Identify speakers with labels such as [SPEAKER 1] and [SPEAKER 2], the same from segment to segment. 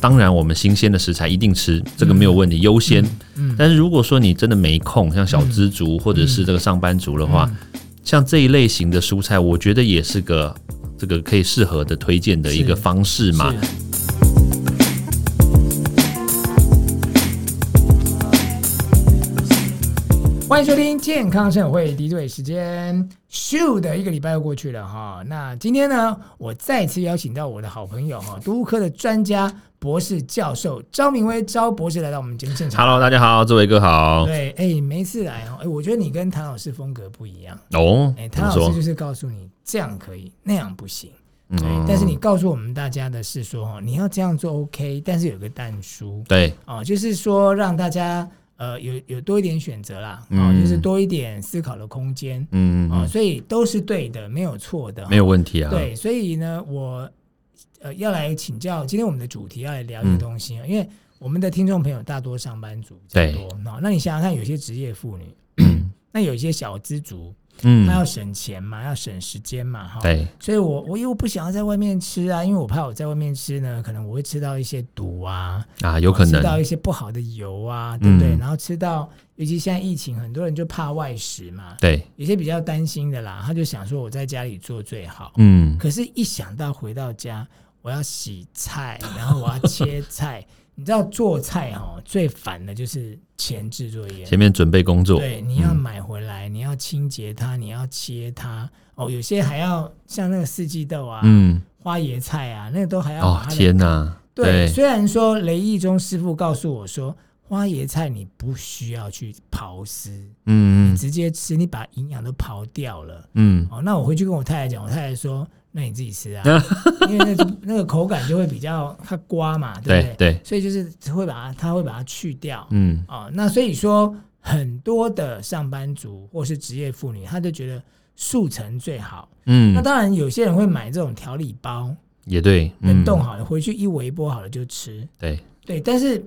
[SPEAKER 1] 当然，我们新鲜的食材一定吃，这个没有问题，优先。
[SPEAKER 2] 嗯
[SPEAKER 1] 但是如果说你真的没空，像小资族或者是这个上班族的
[SPEAKER 2] 嗯
[SPEAKER 1] 话，像这一类型的蔬菜，我觉得也是个这个可以适合的推荐的一个
[SPEAKER 2] 是
[SPEAKER 1] 方式嘛。
[SPEAKER 2] 是欢迎收听健康生活会敌对时间，咻的一个礼拜又过去了哈。那今天呢，我再次邀请到我的好朋友哈，毒物科的专家博士教授张明威张博士来到我们节目现场。
[SPEAKER 1] Hello，大家好，志伟哥好。
[SPEAKER 2] 对，哎，每一次来哈，哎，我觉得你跟谭老师风格不一样。
[SPEAKER 1] 哦
[SPEAKER 2] 哎，，
[SPEAKER 1] 怎
[SPEAKER 2] 谭
[SPEAKER 1] 么
[SPEAKER 2] 老
[SPEAKER 1] 说
[SPEAKER 2] 师就？是告诉你这样可以，那样不行。对，
[SPEAKER 1] 嗯
[SPEAKER 2] 但是你告诉我们大家的是说，哈，你要这样做 OK，但是有个淡书
[SPEAKER 1] 对，
[SPEAKER 2] 哦，就是说让大家呃有有多一点选择啦，哦，
[SPEAKER 1] 嗯
[SPEAKER 2] 就是多一点思考的空间
[SPEAKER 1] 嗯，
[SPEAKER 2] 哦，所以都是对的，没有错的，
[SPEAKER 1] 没有问题啊。
[SPEAKER 2] 对，所以呢，我呃要来请教，今天我们的主题要来聊一个
[SPEAKER 1] 嗯
[SPEAKER 2] 东西啊，因为我们的听众朋友大多上班族比较
[SPEAKER 1] 对
[SPEAKER 2] 多，哦，那你想想看，有些职业妇女， 那有一些小资族，那
[SPEAKER 1] 嗯，
[SPEAKER 2] 要省钱嘛，要省时间嘛，哈，
[SPEAKER 1] 对，
[SPEAKER 2] 所以我我又不想要在外面吃啊，因为我怕我在外面吃呢，可能我会吃到一些毒啊，
[SPEAKER 1] 啊，有可
[SPEAKER 2] 吃到
[SPEAKER 1] 能
[SPEAKER 2] 一些不好的油啊，对不对？
[SPEAKER 1] 嗯
[SPEAKER 2] 然后吃到，尤其现在疫情，很多人就怕外食嘛，
[SPEAKER 1] 对，
[SPEAKER 2] 有些比较担心的啦，他就想说我在家里做最好，
[SPEAKER 1] 嗯，
[SPEAKER 2] 可是，一想到回到家，我要洗菜，然后我要切菜， 你知道做菜哦，最烦的就是前置作业。
[SPEAKER 1] 前面准备工作，
[SPEAKER 2] 对，你要
[SPEAKER 1] 嗯
[SPEAKER 2] 买回来，你要清洁它，你要切它。哦，有些还要像那个四季豆啊、
[SPEAKER 1] 嗯，
[SPEAKER 2] 花椰菜啊，那个都还要把
[SPEAKER 1] 哦
[SPEAKER 2] 它，的
[SPEAKER 1] 天哪，
[SPEAKER 2] 对，虽然说雷义忠师傅告诉我说，花椰菜你不需要去刨丝，
[SPEAKER 1] 嗯嗯
[SPEAKER 2] 直接吃，你把营养都刨掉了。
[SPEAKER 1] 嗯，
[SPEAKER 2] 哦，那我回去跟我太太讲，我太太说：“那你自 己吃啊，因为那个那个口感就会比较它刮嘛，对不
[SPEAKER 1] 对
[SPEAKER 2] 对？
[SPEAKER 1] 对，
[SPEAKER 2] 所以就是会把它，它会把它去掉。
[SPEAKER 1] 嗯
[SPEAKER 2] 哦，那所以说很多的上班族或是职业妇女，她就觉得速成最好。那
[SPEAKER 1] 嗯，
[SPEAKER 2] 当然，有些人会买这种调理包，
[SPEAKER 1] 也对，
[SPEAKER 2] 冷
[SPEAKER 1] 嗯，
[SPEAKER 2] 冻好了，回去一微波好了就吃。
[SPEAKER 1] 对，
[SPEAKER 2] 对，但是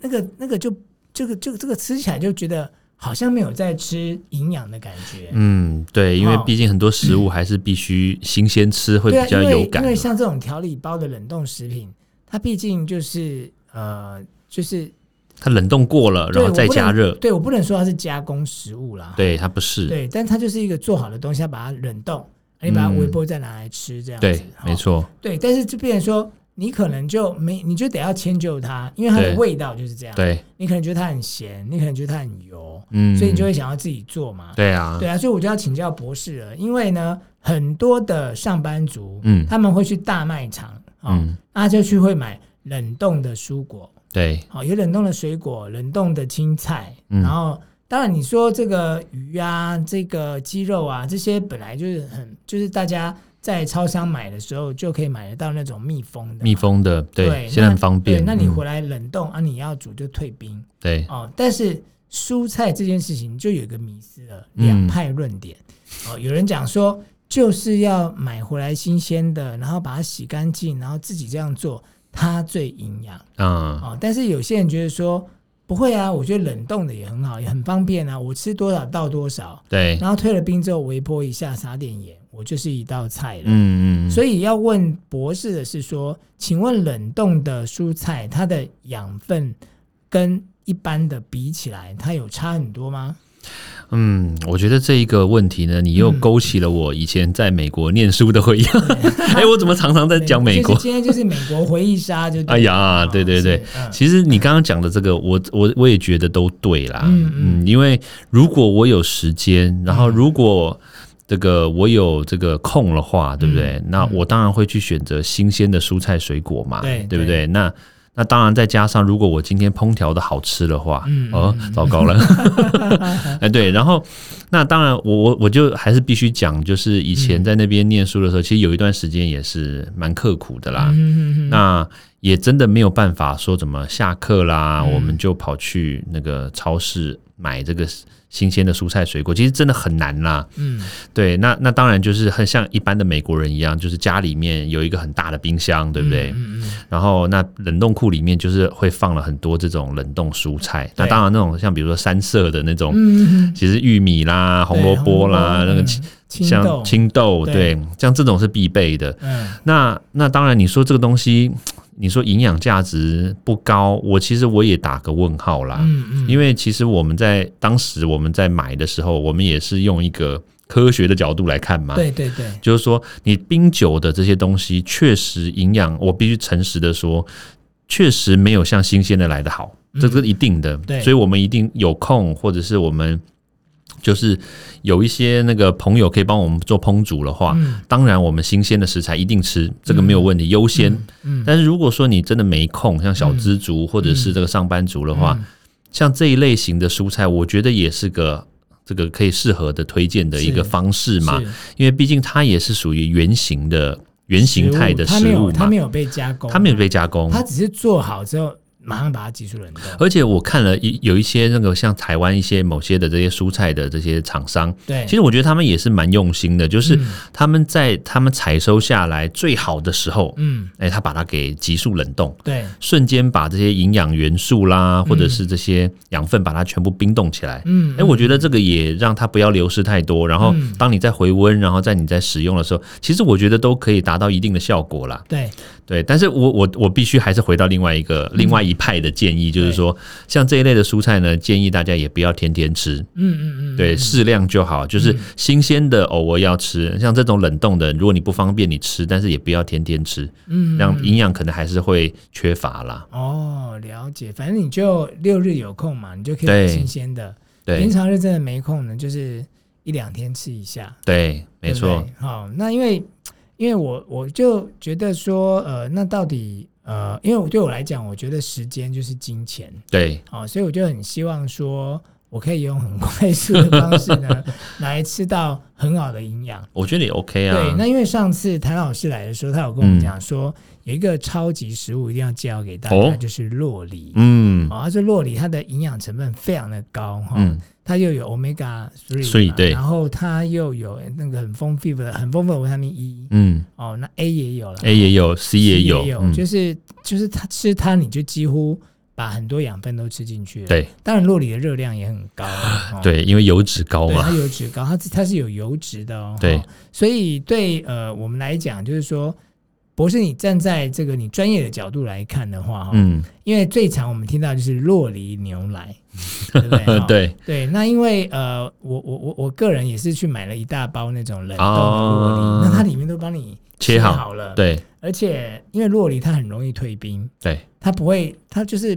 [SPEAKER 2] 那个那个就这个这个这个吃起来就觉得好像没有在吃营养的感觉。
[SPEAKER 1] 嗯对，因为毕竟很多食物还是必须新鲜吃会
[SPEAKER 2] 对啊，
[SPEAKER 1] 比较
[SPEAKER 2] 因
[SPEAKER 1] 有
[SPEAKER 2] 为
[SPEAKER 1] 感
[SPEAKER 2] 因
[SPEAKER 1] 嘛
[SPEAKER 2] 为，像这种调理包的冷冻食品，它毕竟就是呃，就是
[SPEAKER 1] 它冷冻过了，
[SPEAKER 2] 对
[SPEAKER 1] 然后再加
[SPEAKER 2] 我不
[SPEAKER 1] 热
[SPEAKER 2] 能，对我不能说它是加工食物啦，
[SPEAKER 1] 对，它不是，嗯
[SPEAKER 2] 对，但它就是一个做好的东西，它把它冷冻，你把它微波再拿来吃这样子，
[SPEAKER 1] 对，没
[SPEAKER 2] 哦，
[SPEAKER 1] 错，
[SPEAKER 2] 对，但是就变成说。你可能就没，你就得要迁就它，因为它的
[SPEAKER 1] 对
[SPEAKER 2] 味道就是这样。
[SPEAKER 1] 对，
[SPEAKER 2] 你可能觉得它很咸，你可能觉得它很油，
[SPEAKER 1] 嗯，
[SPEAKER 2] 所以你就会想要自己做嘛。
[SPEAKER 1] 对啊，
[SPEAKER 2] 对啊，所以我就要请教博士了，因为呢，很多的上班族，
[SPEAKER 1] 嗯
[SPEAKER 2] 他们会去大卖场，哦，
[SPEAKER 1] 嗯
[SPEAKER 2] 那就去会买冷冻的蔬果，
[SPEAKER 1] 对，
[SPEAKER 2] 哦，有冷冻的水果、冷冻的青菜，
[SPEAKER 1] 嗯
[SPEAKER 2] 然后当然你说这个鱼啊、这个鸡肉啊，这些本来就是很，就是大家在超商买的时候就可以买得到那种密封的嘛，
[SPEAKER 1] 密封的，
[SPEAKER 2] 对
[SPEAKER 1] 对，现在很方
[SPEAKER 2] 对，
[SPEAKER 1] 便，
[SPEAKER 2] 那你
[SPEAKER 1] 嗯
[SPEAKER 2] 回来冷冻、啊，你要煮就退冰
[SPEAKER 1] 对，
[SPEAKER 2] 哦，但是蔬菜这件事情就有一个迷思了，
[SPEAKER 1] 嗯
[SPEAKER 2] 两派论点。哦，有人讲说就是要买回来新鲜的，然后把它洗干净，然后自己这样做，它最营养。
[SPEAKER 1] 啊，
[SPEAKER 2] 哦，但是有些人觉得说不会啊，我觉得冷冻的也很好，也很方便啊，我吃多少倒多少，
[SPEAKER 1] 对，
[SPEAKER 2] 然后退了冰之后微波一下，撒点盐，我就是一道菜了。
[SPEAKER 1] 嗯嗯，
[SPEAKER 2] 所
[SPEAKER 1] 以
[SPEAKER 2] 以要问博士的是说，请问冷冻的蔬菜它的养分跟一般的比起来，它有差很多吗？
[SPEAKER 1] 嗯，我觉得这一个问题呢，你又
[SPEAKER 2] 嗯
[SPEAKER 1] 勾起了我以前在美国念书的回 忆。 哎，我怎么常常在讲美国
[SPEAKER 2] 就是？今天就是美国回忆杀就，
[SPEAKER 1] 哎呀，对对对
[SPEAKER 2] 是，，嗯
[SPEAKER 1] 其实你刚刚讲的这个，我我我也觉得都对啦。
[SPEAKER 2] 嗯嗯
[SPEAKER 1] 嗯因为如果我有时间，然后如果这个我有这个空的话，对不
[SPEAKER 2] 嗯
[SPEAKER 1] 对？那我当然会去选择新鲜的蔬菜水果嘛，
[SPEAKER 2] 对
[SPEAKER 1] 不
[SPEAKER 2] 对
[SPEAKER 1] 对？那那当然，再加上如果我今天烹调的好吃的话，
[SPEAKER 2] 嗯
[SPEAKER 1] 哦，糟糕 了，哎，对，然后那当然我，我我就还是必须讲，就是以前
[SPEAKER 2] 嗯
[SPEAKER 1] 在那边念书的时候，其实有一段时间也是蛮刻苦的啦。
[SPEAKER 2] 嗯嗯嗯
[SPEAKER 1] 那也真的没有办法说怎么下课啦，
[SPEAKER 2] 嗯
[SPEAKER 1] 我们就跑去那个超市买这个新鲜的蔬菜水果，其实真的很难啦。
[SPEAKER 2] 嗯
[SPEAKER 1] 对，那那当然就是很像一般的美国人一样，就是家里面有一个很大的冰箱，对不对？
[SPEAKER 2] 嗯嗯
[SPEAKER 1] 然后那冷冻库里面就是会放了很多这种冷冻蔬菜，那当然那种像比如说三色的那种，
[SPEAKER 2] 嗯嗯，
[SPEAKER 1] 其实玉米啦、红萝卜啦，那个
[SPEAKER 2] 青豆
[SPEAKER 1] 像，青豆，
[SPEAKER 2] 对
[SPEAKER 1] 对，像这种是必备的。
[SPEAKER 2] 嗯
[SPEAKER 1] 那那当然，你说这个东西，你说营养价值不高，我其实我也打个问号啦。
[SPEAKER 2] 嗯嗯，
[SPEAKER 1] 因为其实我们在当时我们在买的时候，我们也是用一个科学的角度来看嘛。
[SPEAKER 2] 对对对，
[SPEAKER 1] 就是说，你冰酒的这些东西确实营养，我必须诚实的说，确实没有像新鲜的来的好，这是一定的。
[SPEAKER 2] 嗯对
[SPEAKER 1] 所以我们一定有空，或者是我们就是有一些那个朋友可以帮我们做烹煮的话，
[SPEAKER 2] 嗯
[SPEAKER 1] 当然我们新鲜的食材一定吃，这个没有问题，优先。
[SPEAKER 2] 嗯，
[SPEAKER 1] 但是如果说你真的没空，像小资族或者是这个上班族的
[SPEAKER 2] 嗯
[SPEAKER 1] 话，像这一类型的蔬菜，我觉得也是个这个可以适合的推荐的一个
[SPEAKER 2] 是
[SPEAKER 1] 方式嘛。
[SPEAKER 2] 是
[SPEAKER 1] 因为毕竟它也是属于圆形的圆形态的
[SPEAKER 2] 它没
[SPEAKER 1] 食物
[SPEAKER 2] 有它
[SPEAKER 1] 嘛
[SPEAKER 2] 没，有被加工，
[SPEAKER 1] 它没有被加工。
[SPEAKER 2] 它只是做好之后马上把它挤出冷冻。
[SPEAKER 1] 而且我看了一有一些那个像台湾一些某些的这些蔬菜的这些厂商，
[SPEAKER 2] 对，
[SPEAKER 1] 其实我觉得他们也是蛮用心的，就是
[SPEAKER 2] 哎嗯
[SPEAKER 1] 他们在他们采收下来最好的时候，
[SPEAKER 2] 嗯，
[SPEAKER 1] 哎、他把它给急速冷冻，
[SPEAKER 2] 对，
[SPEAKER 1] 瞬间把这些营养元素啦，或者是这些养分，把它全部冰冻起来。
[SPEAKER 2] 嗯
[SPEAKER 1] 哎、，我觉得这个也让它不要流失太多。然后
[SPEAKER 2] 嗯，
[SPEAKER 1] 当你在回温，然后在你在使用的时候，其实我觉得都可以达到一定的效果啦。
[SPEAKER 2] 对，
[SPEAKER 1] 对，但是我我我必须还是回到另外一个
[SPEAKER 2] 嗯
[SPEAKER 1] 另外一派的建议，就是说，像这一类的蔬菜呢，建议大家也不要天天吃，
[SPEAKER 2] 嗯嗯嗯，嗯
[SPEAKER 1] 对，适量就好，就是新鲜的偶尔要吃，像这种冷冻的，如果你不方便你吃，但是也不要天天吃，
[SPEAKER 2] 嗯，嗯
[SPEAKER 1] 这样营养可能还是会缺乏啦。
[SPEAKER 2] 哦，了解。反正你就六日有空嘛，你就可以买
[SPEAKER 1] 对
[SPEAKER 2] 新鲜的。平
[SPEAKER 1] 对
[SPEAKER 2] 常日真的没空呢，就是一两天吃一下。
[SPEAKER 1] 对，没
[SPEAKER 2] 对不
[SPEAKER 1] 错
[SPEAKER 2] 对，。好，那因为因为我我就觉得说，呃，那到底呃，因为我对我来讲，我觉得时间就是金钱，
[SPEAKER 1] 对
[SPEAKER 2] 哦，所以我就很希望说。我可以用很快速的方式呢， 来吃到很好的营养。
[SPEAKER 1] 我觉得也 OK
[SPEAKER 2] 对，
[SPEAKER 1] 啊嗯
[SPEAKER 2] 那。因为上次谭老师来的时候，他有跟我们讲说，有一个超级食物一定要介绍给大家，
[SPEAKER 1] 哦
[SPEAKER 2] 就是洛梨。
[SPEAKER 1] 嗯
[SPEAKER 2] 哦，它是洛梨，它的营养成分非常的高哈、
[SPEAKER 1] 嗯，
[SPEAKER 2] 它又有 omega three，
[SPEAKER 1] Three，对
[SPEAKER 2] 然后它又有那个很丰富的、很丰富的维他命 E，
[SPEAKER 1] 嗯
[SPEAKER 2] 哦，那 A 也有了
[SPEAKER 1] ，A 也有，C 哎也有，嗯
[SPEAKER 2] 就是就是它吃它，你就几乎把很多养分都吃进去了。，
[SPEAKER 1] 对
[SPEAKER 2] 当然洛梨的热量也很高、哦，
[SPEAKER 1] 啊对，因为油脂高
[SPEAKER 2] 对，
[SPEAKER 1] 嘛
[SPEAKER 2] 它，油脂高，它它是有油脂的哦。
[SPEAKER 1] 对
[SPEAKER 2] 哈所以对呃我们来讲，就是说，博士，你站在这个你专业的角度来看的话，哈、
[SPEAKER 1] 嗯，
[SPEAKER 2] 因为最常我们听到就是洛梨牛 奶，对不对？哈
[SPEAKER 1] 对，
[SPEAKER 2] 对，那因为呃，我我我我个人也是去买了一大包那种冷冻的洛梨，
[SPEAKER 1] 哦
[SPEAKER 2] 那它里面都帮你
[SPEAKER 1] 切好
[SPEAKER 2] 好了，，
[SPEAKER 1] 对
[SPEAKER 2] 而且因为洛梨它很容易退冰，
[SPEAKER 1] 对
[SPEAKER 2] 它不会，它就是。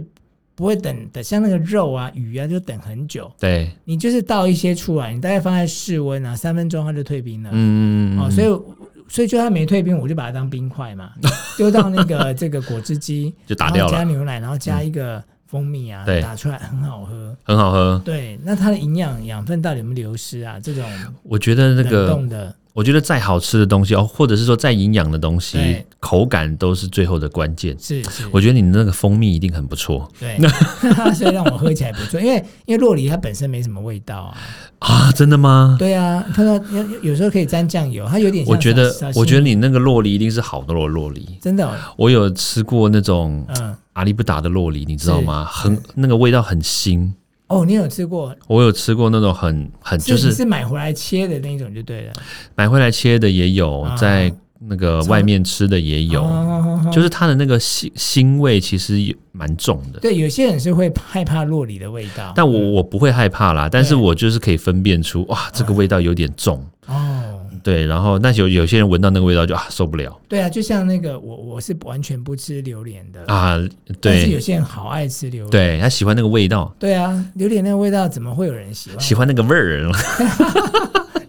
[SPEAKER 2] 不会等的，像那个肉啊、鱼啊，就等很久。
[SPEAKER 1] 对，
[SPEAKER 2] 你就是倒一些出来，你大概放在室温啊，三分钟它就退冰了。
[SPEAKER 1] 嗯
[SPEAKER 2] 哦，所以我所以就它没退冰，我就把它当冰块嘛，丢到那个这个果汁机，
[SPEAKER 1] 嗯就打掉
[SPEAKER 2] 然后加
[SPEAKER 1] 了，
[SPEAKER 2] 牛奶，然后加一个蜂蜜啊，
[SPEAKER 1] 对
[SPEAKER 2] 打出来很好喝。
[SPEAKER 1] 很好喝。
[SPEAKER 2] 对，那它的营养养分到底有没有流失啊？这种
[SPEAKER 1] 我觉得那
[SPEAKER 2] 冷
[SPEAKER 1] 个，
[SPEAKER 2] 冻的，
[SPEAKER 1] 我觉得再好吃的东西哦，或者是说再营养的东西
[SPEAKER 2] 对，
[SPEAKER 1] 口感都是最后的关键。
[SPEAKER 2] 是是，
[SPEAKER 1] 我觉得你那个蜂蜜一定很不错
[SPEAKER 2] 对， 所以让我喝起来不错，因为因为洛梨它本身没什么味道啊。
[SPEAKER 1] 啊！真的吗？
[SPEAKER 2] 对啊，它有有有时候可以沾酱油，它有点像
[SPEAKER 1] 我觉得
[SPEAKER 2] 沙，
[SPEAKER 1] 我觉得
[SPEAKER 2] 沙西米
[SPEAKER 1] 你那个洛梨一定是好的洛洛梨。
[SPEAKER 2] 真的哦，
[SPEAKER 1] 我有吃过那种
[SPEAKER 2] 嗯，
[SPEAKER 1] 阿里不达的洛梨，你知道吗？很那个味道很腥。
[SPEAKER 2] 哦，你有吃过？
[SPEAKER 1] 我有吃过那种很很就是
[SPEAKER 2] 你
[SPEAKER 1] 是
[SPEAKER 2] 是买回来切的那种就对了，
[SPEAKER 1] 买回来切的也有，
[SPEAKER 2] 啊
[SPEAKER 1] 在那个外面吃的也有，
[SPEAKER 2] 哦
[SPEAKER 1] 就是它的那个腥腥味其实也蛮重的。
[SPEAKER 2] 对，有些人是会害怕洛里的味道，
[SPEAKER 1] 但我我不会害怕啦，但是
[SPEAKER 2] 对
[SPEAKER 1] 我就是可以分辨出，哇，这个味道有点重，
[SPEAKER 2] 哦，
[SPEAKER 1] 对。然后那有有些人闻到那个味道就啊受不了
[SPEAKER 2] 对啊，就像那个我我是完全不吃榴莲的，
[SPEAKER 1] 啊，
[SPEAKER 2] 但是有
[SPEAKER 1] 对
[SPEAKER 2] 些人好爱吃榴莲，
[SPEAKER 1] 对，他喜欢那个味道，
[SPEAKER 2] 对啊，榴莲那个味道怎么会有人喜欢？
[SPEAKER 1] 喜欢那个味儿。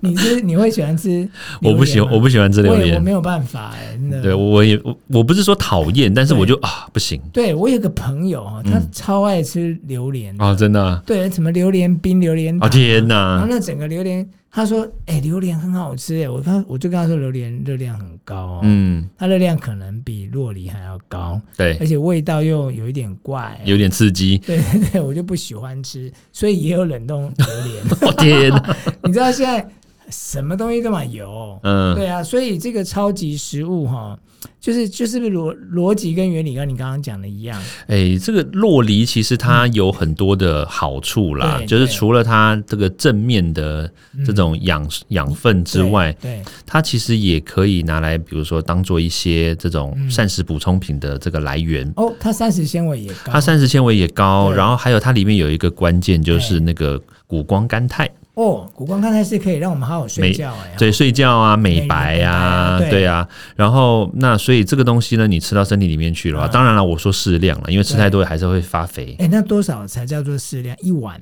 [SPEAKER 2] 你是你会喜欢吃榴莲 吗？
[SPEAKER 1] 我不喜欢，我不喜欢吃榴
[SPEAKER 2] 我也我
[SPEAKER 1] 莲
[SPEAKER 2] 没。有办法哎、真的。
[SPEAKER 1] 对，我我也我我不是说讨厌，但是
[SPEAKER 2] 对
[SPEAKER 1] 我就啊不行
[SPEAKER 2] 对我有个朋友哦，他
[SPEAKER 1] 嗯
[SPEAKER 2] 超爱吃榴莲的，
[SPEAKER 1] 啊，真的啊，
[SPEAKER 2] 对，什么榴莲冰、榴莲
[SPEAKER 1] 啊
[SPEAKER 2] 塔
[SPEAKER 1] 天
[SPEAKER 2] 然后
[SPEAKER 1] 哪，
[SPEAKER 2] 那整个榴莲，他说：“哎、榴莲很好吃哎！”我他我就跟他说，榴莲热量很高、哦，
[SPEAKER 1] 嗯，
[SPEAKER 2] 它热量可能比洛梨还要高，而
[SPEAKER 1] 对，
[SPEAKER 2] 且味道又有一点怪。
[SPEAKER 1] 有点刺激。
[SPEAKER 2] 对对 对，我就不喜欢吃，所以也有冷冻榴莲。
[SPEAKER 1] 哦我天哪，
[SPEAKER 2] 你知道现在什么东西都嘛有。
[SPEAKER 1] 嗯，
[SPEAKER 2] 对啊，所以这个超级食物哈，就是就是逻逻辑跟原理跟你刚刚讲的一样。
[SPEAKER 1] 哎、这个洛梨其实它有很多的好处啦
[SPEAKER 2] 嗯对，
[SPEAKER 1] 就是
[SPEAKER 2] 对嗯
[SPEAKER 1] 除了它这个正面的这种养养分之外，
[SPEAKER 2] 对，
[SPEAKER 1] 它其实也可以拿来，比如说当做一些这种
[SPEAKER 2] 嗯
[SPEAKER 1] 膳食补充品的这个来源。
[SPEAKER 2] 哦，它膳食纤维也高，
[SPEAKER 1] 它膳食纤维也高，
[SPEAKER 2] 对
[SPEAKER 1] 然后还有它里面有一个关键就是那个谷胱甘肽，
[SPEAKER 2] 哦，谷胱甘肽是可以让我们好好睡觉哎、
[SPEAKER 1] 对，睡觉啊、美白
[SPEAKER 2] 美容美白啊
[SPEAKER 1] 啊，
[SPEAKER 2] 对
[SPEAKER 1] 对啊。然后那所以这个东西呢，你吃到身体里面去了，
[SPEAKER 2] 嗯
[SPEAKER 1] 当然了，我说适量了，因为吃太多还是会发肥。
[SPEAKER 2] 哎、那多少才叫做适量？一碗，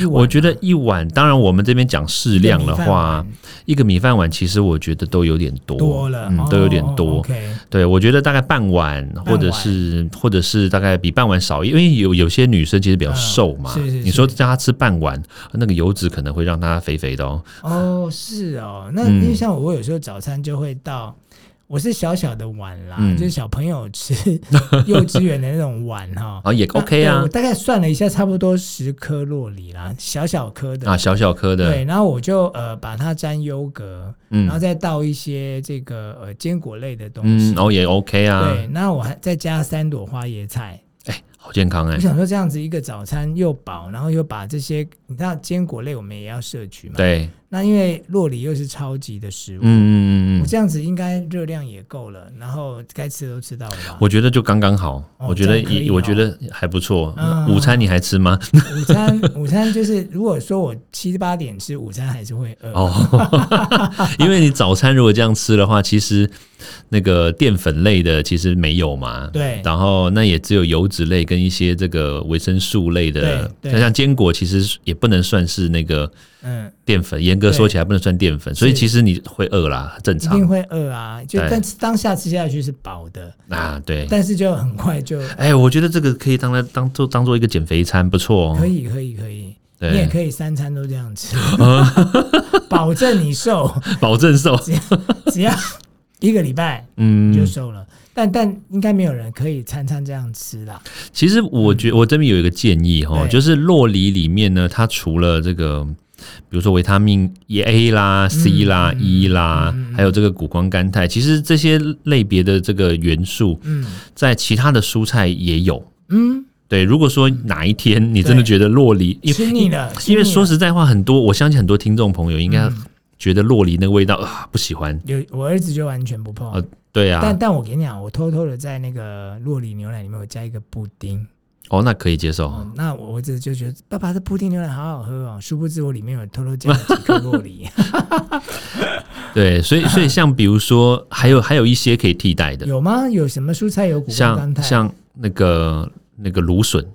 [SPEAKER 2] 一碗
[SPEAKER 1] 我觉得一碗，当然我们这边讲适量的话，一个米饭碗其实我觉得都有点多，
[SPEAKER 2] 多了，哦
[SPEAKER 1] 嗯，都有点多。
[SPEAKER 2] o k
[SPEAKER 1] 对，我觉得大概半碗，或者是或者是大概比半碗少一，因为有有些女生其实比较瘦嘛，
[SPEAKER 2] 嗯是是
[SPEAKER 1] 你说叫她吃半碗，那个油脂可能会让她肥肥的哦。
[SPEAKER 2] 哦，是哦，那
[SPEAKER 1] 嗯
[SPEAKER 2] 因为像我有时候早餐就会到，我是小小的碗啦，
[SPEAKER 1] 嗯
[SPEAKER 2] 就是小朋友 吃幼稚园的那种碗哈、
[SPEAKER 1] 啊，也 OK
[SPEAKER 2] 那对
[SPEAKER 1] 啊
[SPEAKER 2] 我，大概算了一下，差不多十颗洛里啦，小小颗的。
[SPEAKER 1] 啊，小小颗的，
[SPEAKER 2] 对，然后我就呃把它沾优格，然后
[SPEAKER 1] 嗯
[SPEAKER 2] 再倒一些这个呃坚果类的东
[SPEAKER 1] 嗯，
[SPEAKER 2] 西。
[SPEAKER 1] 哦也 OK 啊，
[SPEAKER 2] 对，那我还再加三朵花椰菜。
[SPEAKER 1] 好健康哎、
[SPEAKER 2] 我想说这样子一个早餐又饱，然后又把这些你知道坚果类我们也要摄取嘛。。
[SPEAKER 1] 对，
[SPEAKER 2] 那因为洛里又是超级的食物，
[SPEAKER 1] 嗯嗯嗯嗯，
[SPEAKER 2] 我这样子应该热量也够了，然后该吃都吃到了吧？
[SPEAKER 1] 我觉得就刚刚好，
[SPEAKER 2] 哦
[SPEAKER 1] 我觉得
[SPEAKER 2] 这样可以
[SPEAKER 1] 也
[SPEAKER 2] 哦
[SPEAKER 1] 我觉得还不错
[SPEAKER 2] 嗯。
[SPEAKER 1] 午餐你还吃 吗？
[SPEAKER 2] 午餐午餐就是，如果说我七八点吃午餐还是会饿。
[SPEAKER 1] 哦， 因为你早餐如果这样吃的话，其实那个淀粉类的其实没有嘛。
[SPEAKER 2] 对
[SPEAKER 1] 然后那也只有油脂类跟一些这个维生素类的，
[SPEAKER 2] 对对
[SPEAKER 1] 像像坚果其实也不能算是那个
[SPEAKER 2] 嗯，
[SPEAKER 1] 淀粉，严格说起来不能算淀粉，所以其实你会饿啦，正
[SPEAKER 2] 一
[SPEAKER 1] 常
[SPEAKER 2] 定会饿啊，就
[SPEAKER 1] 对
[SPEAKER 2] 但是当下吃下去是饱的，
[SPEAKER 1] 啊，对。
[SPEAKER 2] 但是就很快就
[SPEAKER 1] 哎，我觉得这个可以当来当做当做一个减肥餐，不错
[SPEAKER 2] 可
[SPEAKER 1] 哦。
[SPEAKER 2] 以可以可以，
[SPEAKER 1] 对
[SPEAKER 2] 你也可以三餐都这样 吃，保证你瘦，
[SPEAKER 1] 保证瘦，
[SPEAKER 2] 只 要一个礼拜
[SPEAKER 1] 嗯，
[SPEAKER 2] 就瘦了。但但应该没有人可以餐餐这样吃啦。
[SPEAKER 1] 其实我觉我这边有一个建议哈，
[SPEAKER 2] 嗯对
[SPEAKER 1] 就是洛梨里面呢，它除了这个，比如说维他命 E A 啦、C
[SPEAKER 2] 嗯
[SPEAKER 1] 啦、E 啦，还有这个谷胱甘肽，其实这些类别的这个元素，
[SPEAKER 2] 嗯
[SPEAKER 1] 在其他的蔬菜也有。
[SPEAKER 2] 嗯，
[SPEAKER 1] 对，如果说哪一天你真的
[SPEAKER 2] 对
[SPEAKER 1] 觉得洛梨，因
[SPEAKER 2] 吃腻了，吃
[SPEAKER 1] 因为
[SPEAKER 2] 腻
[SPEAKER 1] 说
[SPEAKER 2] 了
[SPEAKER 1] 实在话，很多我相信很多听众朋友应该
[SPEAKER 2] 嗯
[SPEAKER 1] 觉得洛梨那个味道啊不喜欢。
[SPEAKER 2] 有我儿子就完全不碰。
[SPEAKER 1] 呃对啊
[SPEAKER 2] 但，但我跟你讲，我偷偷的在那个洛里牛奶里面，我加一个布丁。
[SPEAKER 1] 哦，那可以接受。
[SPEAKER 2] 哦，那我儿子就觉得爸爸这布丁牛奶好好喝哦，殊不知我里面有偷偷加了几颗洛 里。
[SPEAKER 1] 对，所以所以像比如说，还有还有一些可以替代的，
[SPEAKER 2] 有吗？有什么蔬菜有谷胱甘
[SPEAKER 1] 像
[SPEAKER 2] 肽？
[SPEAKER 1] 像那个那个芦笋，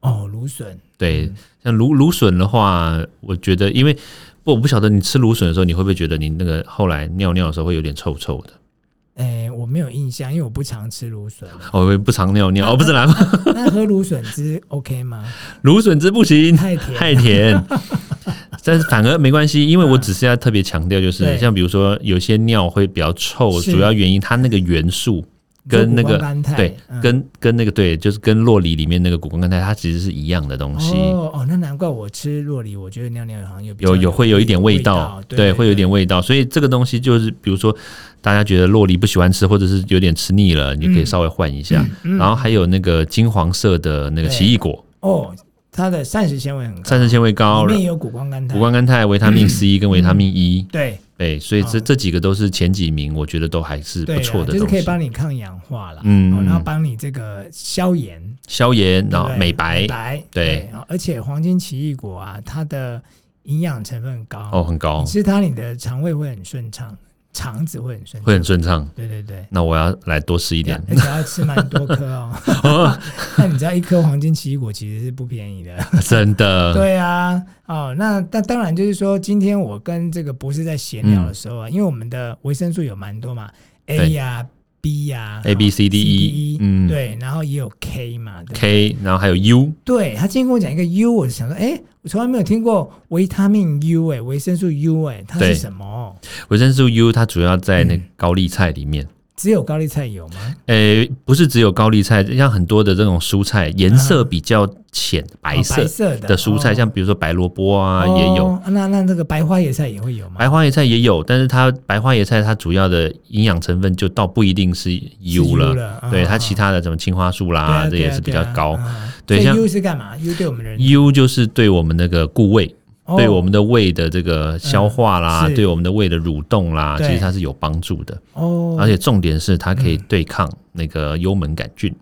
[SPEAKER 2] 哦，芦笋。
[SPEAKER 1] 对，
[SPEAKER 2] 嗯
[SPEAKER 1] 像芦芦笋的话，我觉得因为不我不晓得你吃芦笋的时候，你会不会觉得你那个后来尿尿的时候会有点臭臭的？
[SPEAKER 2] 哎，我没有印象，因为我不常吃芦笋。
[SPEAKER 1] 哦，我不常尿尿哦，不是啦，
[SPEAKER 2] 那喝芦笋汁 OK 吗？
[SPEAKER 1] 芦笋汁不行，
[SPEAKER 2] 太甜
[SPEAKER 1] 太甜。 但是反而没关系，因为我只是要特别强调，就是
[SPEAKER 2] 对
[SPEAKER 1] 像比如说有些尿会比较臭，
[SPEAKER 2] 是
[SPEAKER 1] 主要原因它那个元素跟那
[SPEAKER 2] 就谷
[SPEAKER 1] 个
[SPEAKER 2] 胱甘肽
[SPEAKER 1] 对
[SPEAKER 2] 嗯，
[SPEAKER 1] 跟跟那个对，就是跟洛梨里面那个谷胱甘肽，它其实是一样的东西。
[SPEAKER 2] 哦哦，那难怪我吃洛里，我觉得尿尿好像有比较
[SPEAKER 1] 有有会有一点味
[SPEAKER 2] 道
[SPEAKER 1] 道，，
[SPEAKER 2] 对，
[SPEAKER 1] 对，会有点味道。所以这个东西就是，比如说大家觉得洛梨不喜欢吃，或者是有点吃腻了，你就可
[SPEAKER 2] 嗯
[SPEAKER 1] 以稍微换一下。然后还有那个金黄色的那个奇异果，
[SPEAKER 2] 哦，它的膳食纤维很高，
[SPEAKER 1] 膳食纤维高，
[SPEAKER 2] 里面
[SPEAKER 1] 谷
[SPEAKER 2] 也有谷胱甘肽。
[SPEAKER 1] 胱甘肽、维他
[SPEAKER 2] 嗯
[SPEAKER 1] 命 C 跟维他命 E，
[SPEAKER 2] 对，
[SPEAKER 1] 对，所以这
[SPEAKER 2] 嗯
[SPEAKER 1] 这几个都是前几名，我觉得都还是
[SPEAKER 2] 对
[SPEAKER 1] 不
[SPEAKER 2] 啦，
[SPEAKER 1] 错的
[SPEAKER 2] 就是
[SPEAKER 1] 东
[SPEAKER 2] 可以
[SPEAKER 1] 西。
[SPEAKER 2] 帮你抗氧化啦，
[SPEAKER 1] 嗯
[SPEAKER 2] 哦然后
[SPEAKER 1] 嗯
[SPEAKER 2] 帮你这个消炎，
[SPEAKER 1] 消炎，
[SPEAKER 2] 对
[SPEAKER 1] 然
[SPEAKER 2] 不
[SPEAKER 1] 后
[SPEAKER 2] 对
[SPEAKER 1] 美白
[SPEAKER 2] 美，白，
[SPEAKER 1] 哎对
[SPEAKER 2] 哦而且黄金奇异果啊，它的营养成分很高，
[SPEAKER 1] 哦，很
[SPEAKER 2] 你
[SPEAKER 1] 高，
[SPEAKER 2] 吃它你的肠胃会很顺畅，肠子会很顺
[SPEAKER 1] 会
[SPEAKER 2] 畅，
[SPEAKER 1] 很顺畅。
[SPEAKER 2] 对对对。
[SPEAKER 1] 那我要来多吃一 点。
[SPEAKER 2] 而且要吃蛮多颗 哦，那你知道一颗黄金奇异果其实是不便宜的，
[SPEAKER 1] 真的，
[SPEAKER 2] 对啊，哦，那但当然就是说，今天我跟这个博士在闲聊的时候啊，因为我们的维生素有蛮多嘛，A
[SPEAKER 1] 嗯对
[SPEAKER 2] 呀、B 呀、
[SPEAKER 1] A B C D E，
[SPEAKER 2] E，
[SPEAKER 1] 嗯
[SPEAKER 2] 对，然后也有 K 嘛，对不对。
[SPEAKER 1] ，K，然后还有 U，
[SPEAKER 2] 对他今天跟我讲一个 U，我就想说，哎，我从来没有听过维他命 U，哎，维生素 U，哎，它是
[SPEAKER 1] 对
[SPEAKER 2] 什么？嗯
[SPEAKER 1] 维生素 U 它主要在那个高丽菜里面。
[SPEAKER 2] 只有高丽菜有吗？
[SPEAKER 1] 诶、不是只有高丽菜，像很多的这种蔬菜，颜色比较浅、白
[SPEAKER 2] 哦
[SPEAKER 1] 色
[SPEAKER 2] 白色的
[SPEAKER 1] 的蔬菜，
[SPEAKER 2] 哦
[SPEAKER 1] 像比如说白萝卜啊，也有。
[SPEAKER 2] 哦那那这个白花椰菜也会有吗？
[SPEAKER 1] 白花椰菜也有，但是它白花椰菜它主要的营养成分就倒不一定是 U 了，
[SPEAKER 2] 了啊
[SPEAKER 1] 对
[SPEAKER 2] 啊
[SPEAKER 1] 它其他的什么青花素啦，
[SPEAKER 2] 对啊
[SPEAKER 1] 这也是比较高。
[SPEAKER 2] 对啊啊
[SPEAKER 1] 对
[SPEAKER 2] 所以
[SPEAKER 1] 像
[SPEAKER 2] U 是干嘛？U 对我们人，
[SPEAKER 1] U 就是对我们那个固胃，
[SPEAKER 2] 哦
[SPEAKER 1] 对我们的胃的这个消化啦，
[SPEAKER 2] 嗯是
[SPEAKER 1] 对我们的胃的蠕动啦，其
[SPEAKER 2] 对
[SPEAKER 1] 实它是有帮助的。
[SPEAKER 2] 哦，嗯
[SPEAKER 1] 而且重点是它可以对抗那个幽门杆菌。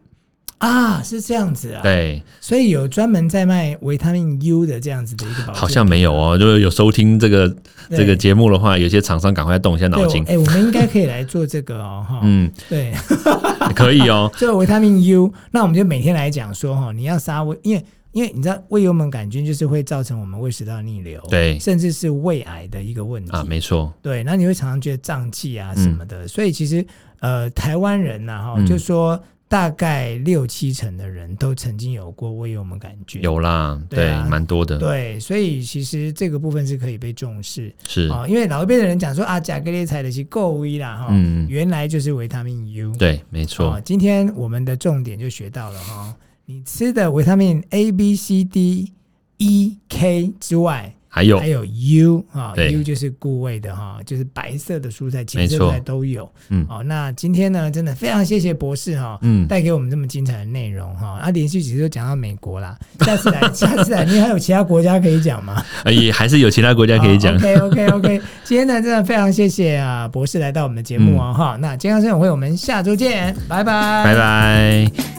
[SPEAKER 2] 啊是这样子啊，，
[SPEAKER 1] 对，
[SPEAKER 2] 所以有专门在卖维他命 U 的这样子的一个保健，
[SPEAKER 1] 好像没有哦。就是有收听这个
[SPEAKER 2] 对
[SPEAKER 1] 这个节目的话，有些厂商赶快动一下
[SPEAKER 2] 对
[SPEAKER 1] 脑
[SPEAKER 2] 我
[SPEAKER 1] 筋。
[SPEAKER 2] 哎，我们应该可以来做这个 哦，哈，
[SPEAKER 1] 嗯，
[SPEAKER 2] 对，。
[SPEAKER 1] 可以哦
[SPEAKER 2] 这个维他命 U，那我们就每天来讲说哈，你要杀胃，因为因为你知道胃幽门杆菌就是会造成我们胃食道逆流，
[SPEAKER 1] 对
[SPEAKER 2] 甚至是胃癌的一个问题。
[SPEAKER 1] 啊，没错，
[SPEAKER 2] 对，那你会常常觉得胀气啊什么的，所以其实呃，台湾人呐、哈，
[SPEAKER 1] 嗯
[SPEAKER 2] 就说大概六七成的人都曾经有过胃幽门杆菌，
[SPEAKER 1] 有啦，
[SPEAKER 2] 对
[SPEAKER 1] 对
[SPEAKER 2] 啊，
[SPEAKER 1] 蛮多的，
[SPEAKER 2] 对，所以其实这个部分是可以被重视
[SPEAKER 1] 是，
[SPEAKER 2] 啊、因为老一辈的人讲说啊，甲格列采的是够微啦哈，
[SPEAKER 1] 嗯
[SPEAKER 2] 原来就是维他命 U，
[SPEAKER 1] 对，没错
[SPEAKER 2] 啊，，今天我们的重点就学到了哈、你吃的维他命 A、B、C、D、E、K 之外，
[SPEAKER 1] 还有
[SPEAKER 2] 还有 U 啊、
[SPEAKER 1] 对
[SPEAKER 2] u 就是固胃的哈、就是白色的蔬菜、
[SPEAKER 1] 没
[SPEAKER 2] 青
[SPEAKER 1] 错
[SPEAKER 2] 色蔬菜都有。
[SPEAKER 1] 嗯
[SPEAKER 2] 哦，那今天呢，真的非常谢谢博士哈、
[SPEAKER 1] 嗯
[SPEAKER 2] 带给我们这么精彩的内容哈、啊，连续几次都讲到美国 啦，下次来，下次来，你还有其他国家可以讲吗？
[SPEAKER 1] 呃也 还是有其他国家可以讲。
[SPEAKER 2] 哦 OK OK OK，今天呢，真的非常谢谢啊啊博士来到我们的节目哦哈、那健康生活会我们下周见，拜拜，
[SPEAKER 1] 嗯拜拜。